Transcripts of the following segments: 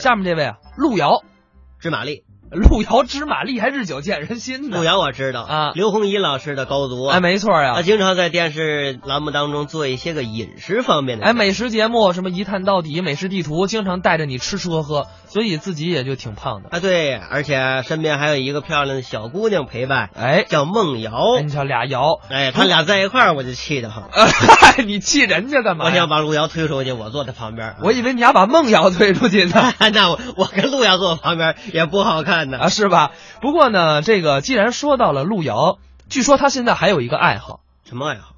下面这位啊，路遥，芝麻粒，路遥知马力，还日久见人心呢。路遥我知道啊刘洪怡老师的高足啊，哎，没错呀、他经常在电视栏目当中做一些个饮食方面的。哎，美食节目什么一探到底、美食地图，经常带着你吃吃喝喝，所以自己也就挺胖的。啊，对，而且身边还有一个漂亮的小姑娘陪伴，哎，叫孟瑶哎。你瞧俩 摇，哎，他俩在一块儿，我就气得慌，哎你气人家干嘛我呀？想把路遥推出去，我坐在旁边啊。我以为你要把梦瑶推出去 呢。那我我跟路遥坐旁边也不好看呢。啊，是吧？不过呢，这个既然说到了路遥，据说他现在还有一个爱好，什么爱好？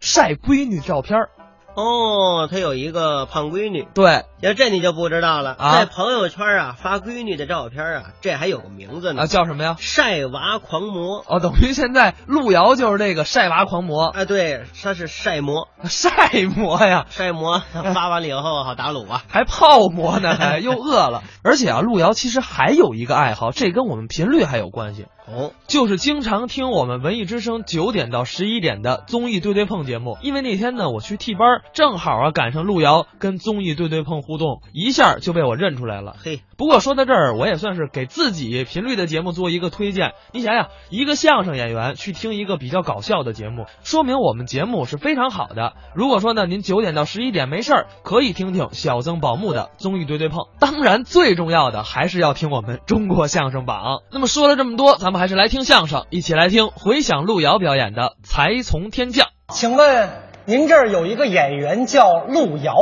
晒闺女照片儿。哦，他有一个胖闺女，对要这你就不知道了。啊在朋友圈啊发闺女的照片啊，这还有个名字呢，啊，叫什么呀？晒娃狂魔。哦，等于现在路遥就是这个晒娃狂魔， 啊，对，他是晒魔，晒魔呀，晒魔发完了以后好打卤啊。还泡馍呢，还又饿了。而且啊，路遥其实还有一个爱好，这跟我们频率还有关系，哦，就是经常听我们文艺之声九点到十一点的综艺对对碰节目。因为那天呢，我去替班儿，正好啊赶上路遥跟综艺对对碰互动，一下就被我认出来了。嘿，不过说到这儿，我也算是给自己频率的节目做一个推荐。你想想，一个相声演员去听一个比较搞笑的节目，说明我们节目是非常好的。如果说呢，您九点到十一点没事儿，可以听听小曾宝木的综艺对对碰。当然，最重要的还是要听我们中国相声榜。那么说了这么多，咱们还是来听相声，一起来听回响路遥表演的《才从天降》。请问您这儿有一个演员叫路遥，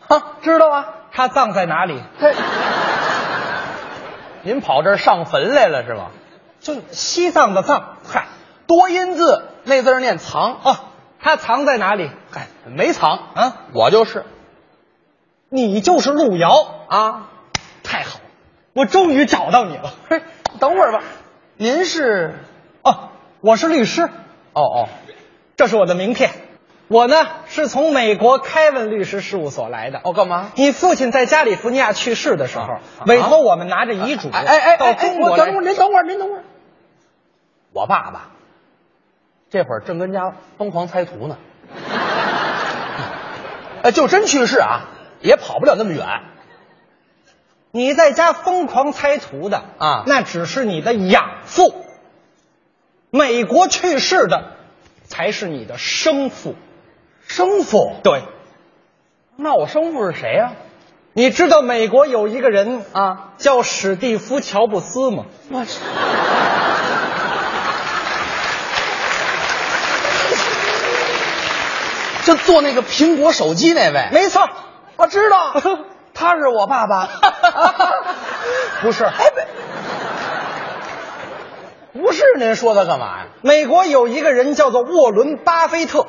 哈，知道啊？他葬在哪里？ 您跑这儿上坟来了是吗？就西藏的藏。嗨，多音字那字儿念藏哦，他藏在哪里？嗨，没藏啊，我就是你就是路遥，啊。太好了，我终于找到你了。嘿，等会儿吧，您是？哦，我是律师，哦哦，这是我的名片。我呢是从美国凯文律师事务所来的。哦干嘛你父亲在加利福尼亚去世的时候，啊啊委托我们拿着遗嘱，哎哎哎，到哎中我国等来。会儿，您等会儿，您等会儿。我爸爸这会儿正跟家疯狂猜图呢， 哎，就真去世啊，也跑不了那么远。你在家疯狂猜图的啊那只是你的养父。美国去世的，才是你的生父。生父，对，那我生父是谁呀、你知道美国有一个人啊，叫史蒂夫·乔布斯吗？我去，就做那个苹果手机那位，没错，我知道，他是我爸 爸，不是哎，不，不是您说他干嘛呀？美国有一个人叫做沃伦·巴菲特。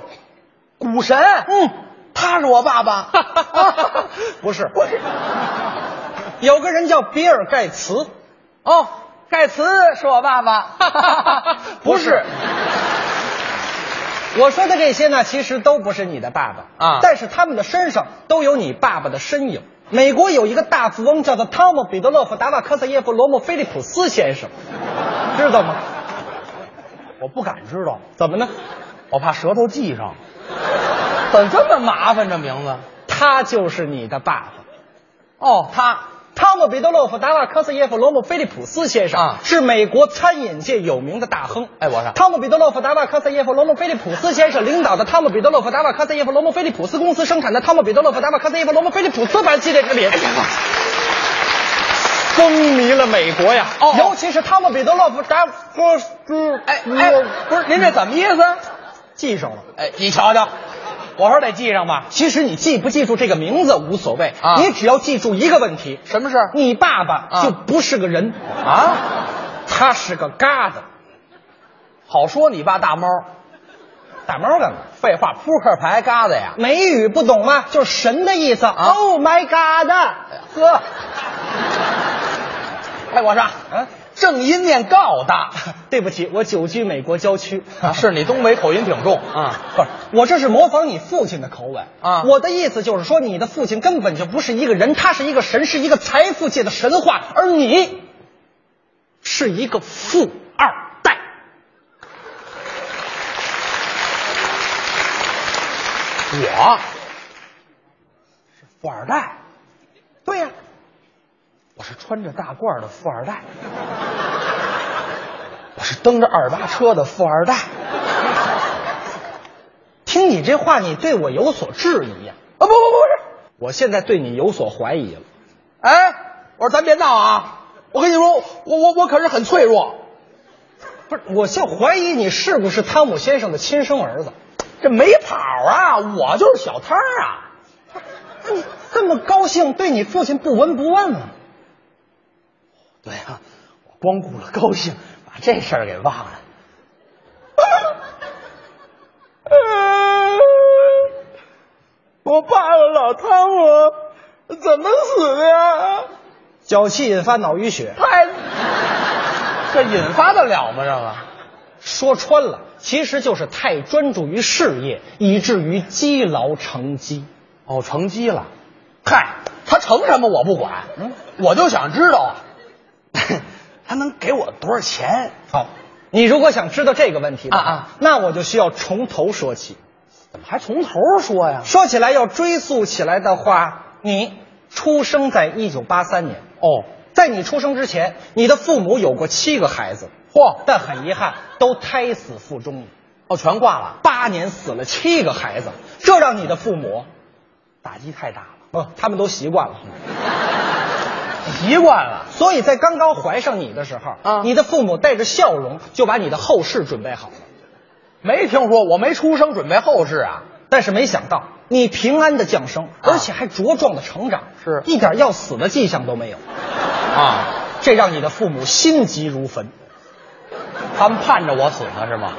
股神，嗯，他是我爸 爸，不是不是，有个人叫比尔·盖茨，哦，盖茨是我爸 爸，不是。我说的这些呢，其实都不是你的爸爸啊但是他们的身上都有你爸爸的身影。美国有一个大富翁叫做汤姆·彼得洛夫·达瓦科萨耶夫·罗姆·菲利普斯先生，知道吗？我不敢知道，怎么呢？我怕舌头系上。怎么这么麻烦这名字？他就是你的爸爸。哦，他汤姆·彼得洛夫·达瓦科斯耶夫·罗姆·菲利普斯先生啊是美国餐饮界有名的大亨。哎我说汤姆·彼得洛夫·达瓦科斯耶夫·罗姆·菲利普斯先生领导的汤姆·彼得洛夫·达瓦科斯耶夫·罗姆·菲利普斯公司生产的汤姆·彼得洛夫·达瓦科斯耶夫·罗姆·菲利普斯牌系列食品。哎风靡了美国呀！哦哦尤其是汤姆·彼得洛夫·达科斯，哎哎，不是您这怎么意思？记上了。哎，你瞧瞧，我说得记上吧。其实你记不记住这个名字无所谓，啊你只要记住一个问题：什么事你爸爸啊就不是个人。啊？他是个疙瘩，好说你爸大猫，打猫干嘛？废话，扑克牌嘎子呀。美语不懂吗？就是神的意思。啊 oh my god！呵，哎，我说，嗯正音念告大，啊 对不起，我久居美国郊区。是你东北口音挺重啊。不是，我这是模仿你父亲的口吻啊我的意思就是说，你的父亲根本就不是一个人，他是一个神，是一个财富界的神话，而你是一个富二代。我富二代，对呀、是穿着大褂的富二代，我是蹬着二八车的富二代。听你这话，你对我有所质疑呀、啊，不不不是，我现在对你有所怀疑了。哎，我说咱别闹啊！我跟你说，我我我可是很脆弱，不是，我就怀疑你是不是汤姆先生的亲生儿子。这没跑啊，我就是小摊儿啊。那你这么高兴，对你父亲不闻不问啊？对啊，我光顾了高兴，把这事儿给忘 了。我爸爸老汤姆怎么死的呀？脚气引发脑淤血，太，这引发得了吗？这个说穿了，其实就是太专注于事业，以至于积劳成疾。哦，成绩了，嗨，他成什么我不管，嗯，我就想知道啊， 他能给我多少钱？好，你如果想知道这个问题的话啊啊那我就需要从头说起。怎么还从头说呀？说起来要追溯起来的话，你出生在一九八三年，哦，在你出生之前，你的父母有过七个孩子，嚯，但很遗憾，都胎死腹中了。哦，全挂了，八年死了七个孩子，这让你的父母，打击太大了，呃，他们都习惯了。习惯了。所以在刚刚怀上你的时候，啊你的父母带着笑容就把你的后事准备好了。没听说，我没出生准备后事啊。但是没想到你平安的降生，而且还茁壮的成长，是一点要死的迹象都没有，啊，这让你的父母心急如焚，他们盼着我死呢是吗？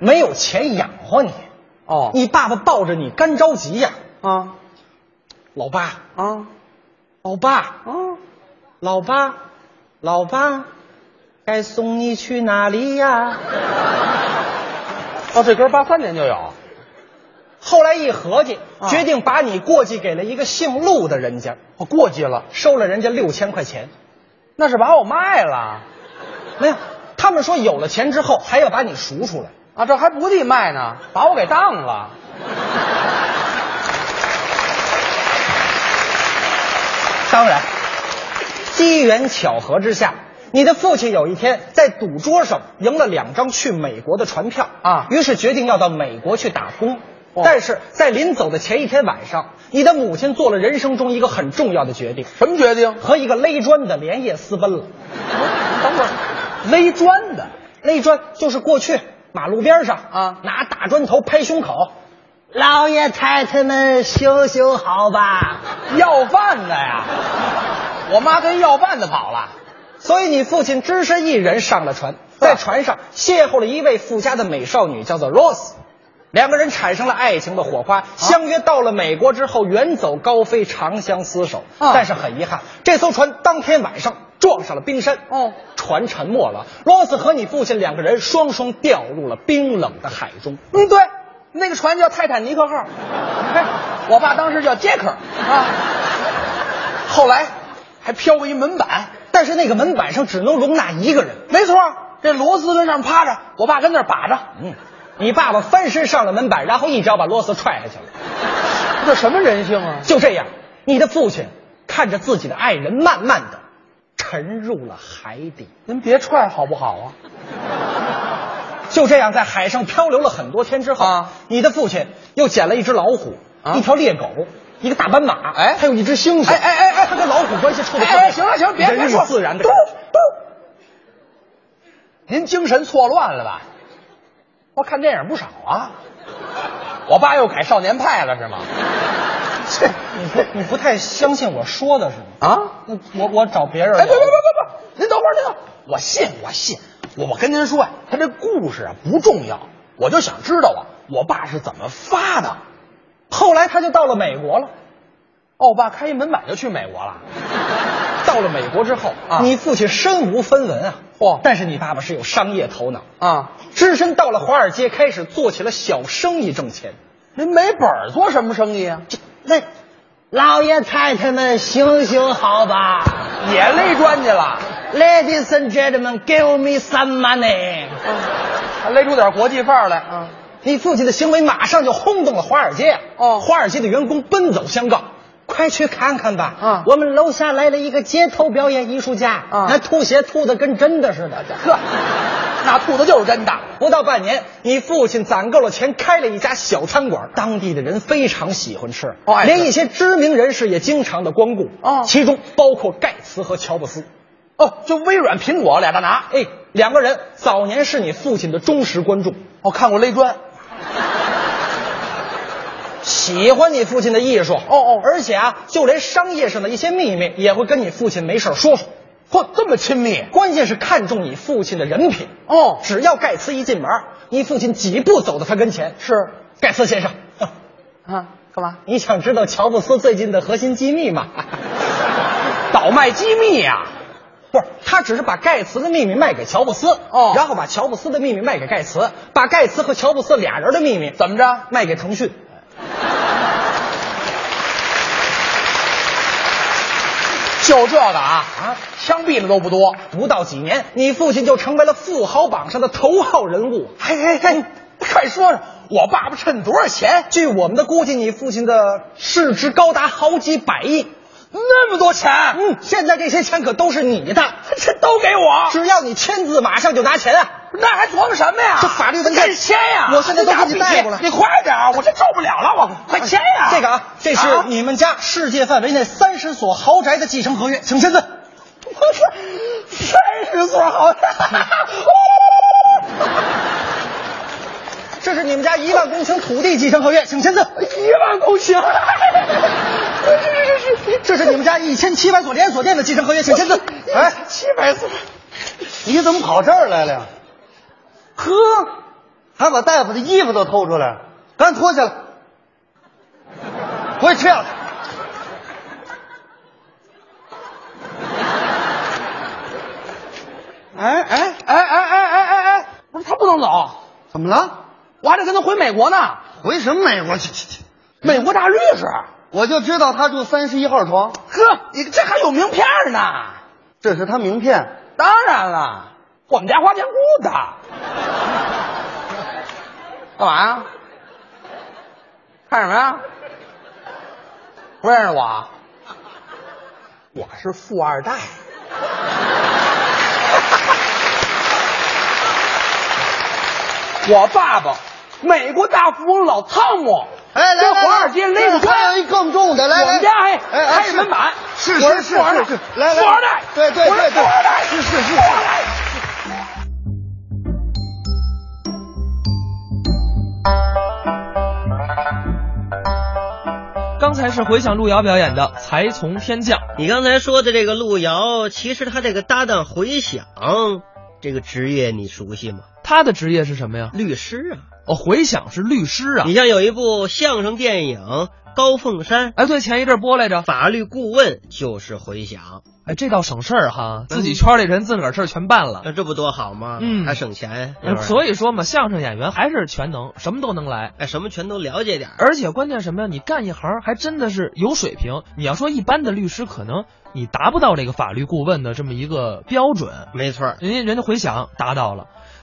没有钱养活你，哦你爸爸抱着你干着急呀、啊老爸，啊老爸，啊！老爸，老爸，该送你去哪里呀？哦，这歌八三年就有。后来一合计，啊决定把你过继给了一个姓陆的人家，我过继了，收了人家六千块钱。那是把我卖了没有，哎他们说有了钱之后还要把你赎出来。啊，这还不地卖呢，把我给当了。当然，机缘巧合之下，你的父亲有一天在赌桌上赢了两张去美国的船票啊于是决定要到美国去打工。哦但是在临走的前一天晚上，你的母亲做了人生中一个很重要的决定，什么决定？和一个勒砖的连夜私奔了。 等会儿，勒砖的勒砖就是过去马路边上啊拿大砖头拍胸口，老爷太太们修修好吧。 要饭的呀！我妈跟要饭的跑了。所以你父亲只身一人上了船，在船上邂逅了一位富家的美少女，叫做 Rose。两个人产生了爱情的火啊花，相约到了美国之后远走高飞，长相厮守。啊但是很遗憾，这艘船当天晚上撞上了冰山，哦，船沉没了。Rose 和你父亲两个人双双掉入了冰冷的海中。嗯，对，那个船叫泰坦尼克号。哎，我爸当时叫杰克啊，后来还飘过一门板。但是那个门板上只能容纳一个人，没错，这螺丝跟上面趴着，我爸跟那儿把着。嗯，你爸爸翻身上了门板，然后一脚把 Rose 踹下去了。这什么人性啊？就这样，你的父亲看着自己的爱人慢慢的沉入了海底，您别踹好不好啊？ 就这样在海上漂流了很多天之后，啊你的父亲又捡了一只老虎、啊一条猎狗、一个大斑马，哎还有一只猩猩。哎哎哎哎他跟老虎关系处的哎哎行了行了别别人与说自然的嘟感觉。您精神错乱了吧？我看电影不少啊。我爸又改少年派了是吗？这你不你不太相信我说的是吗？ 啊？那啊我我找别人聊。哎，别别别别别！您等会儿，您等会儿，我信，我信。我我跟您说呀，他这故事啊不重要，我就想知道啊，我爸是怎么发的。后来他就到了美国了。哦，我爸开一门板就去美国了。 到了美国之后啊你父亲身无分文啊，嚯但是你爸爸是有商业头脑，啊，只身到了华尔街，开始做起了小生意挣钱。您没本儿做什么生意啊？那老爷太太们行行好吧也勒砖去了， ，Ladies and gentlemen, give me some money。还勒出点国际范儿来啊。你父亲的行为马上就轰动了华尔街。哦华尔街的员工奔走相告，快去看看吧！啊我们楼下来了一个街头表演艺术家，啊那吐血吐的跟真的似的。呵，那兔子就是真的。不到半年，你父亲攒够了钱，开了一家小餐馆，当地的人非常喜欢吃，哦爱吃连一些知名人士也经常的光顾，哦其中包括盖茨和乔布斯。哦，就微软、苹果俩大拿。哎，两个人早年是你父亲的忠实观众，我哦看过勒砖。喜欢你父亲的艺术。哦哦而且啊，就连商业上的一些秘密也会跟你父亲没事儿说说。嚯，这么亲密关键是看重你父亲的人品。哦只要盖茨一进门，你父亲几步走到他跟前。是盖茨先生，哼啊？干嘛？你想知道乔布斯最近的核心机密吗？ 倒卖机密呀、啊不是，他只是把盖茨的秘密卖给乔布斯，哦然后把乔布斯的秘密卖给盖茨，把盖茨和乔布斯俩人的秘密怎么着？卖给腾讯。就这个啊啊，枪毙了都不多。不到几年，你父亲就成为了富豪榜上的头号人物。嘿嘿嘿，嗯快说说，我爸爸趁多少钱？据我们的估计，你父亲的市值高达好几百亿。那么多钱？嗯，现在这些钱可都是你的， 这都给我，只要你签字，马上就拿钱啊！那还琢磨什么呀？这法律文件赶紧签呀！我现在都给你带过来你快点啊！我这受不了了，我快签呀！这个啊，这是你们家世界范围内三十所豪宅的继承合约，请签字。我说三十座豪宅，这是你们家一万公顷土地继承合约，请签字。一万公顷。这是你们家一千七百所连锁店的继承合约，请签字。哎，七百四，你怎么跑这儿来了呀？呵，还把大夫的衣服都偷出来了，赶紧脱下来，回去吃药去。哎哎哎哎哎哎哎哎，不是他不能走，怎么了？我还得跟他回美国呢。回什么美国去去去？美国大律师，我就知道他住三十一号床，呵，你这还有名片呢。这是他名片。当然了，我们家花钱雇的。 干嘛呀？看什么呀？不认识我啊？我是富二代。 我爸爸，美国大富翁老汤姆，哎，来在来，华尔街勒来个这还有一更重的，来来，我们家还哎开着门板，是我是是富二代是是，来来，富二代，对对我是对富二代，对，是是是富，二代。刚才是回想路遥表演的《才从天降》，你刚才说的这个路遥，其实他这个搭档回响这个职业你熟悉吗？他的职业是什么呀？律师啊。哦，回想是律师啊你。像有一部相声电影《高凤山》，哎，对，前一阵播来着。法律顾问就是回响，哎，这倒省事儿哈，自己圈里人自个儿事儿全办嗯了。那这不多好吗？嗯还省钱，嗯以所以说嘛，相声演员还是全能，什么都能来。哎，什么全都了解点儿。而且关键什么呀？你干一行还真的是有水平。你要说一般的律师，可能你达不到这个法律顾问的这么一个标准。没错儿，人家人家回想达到了，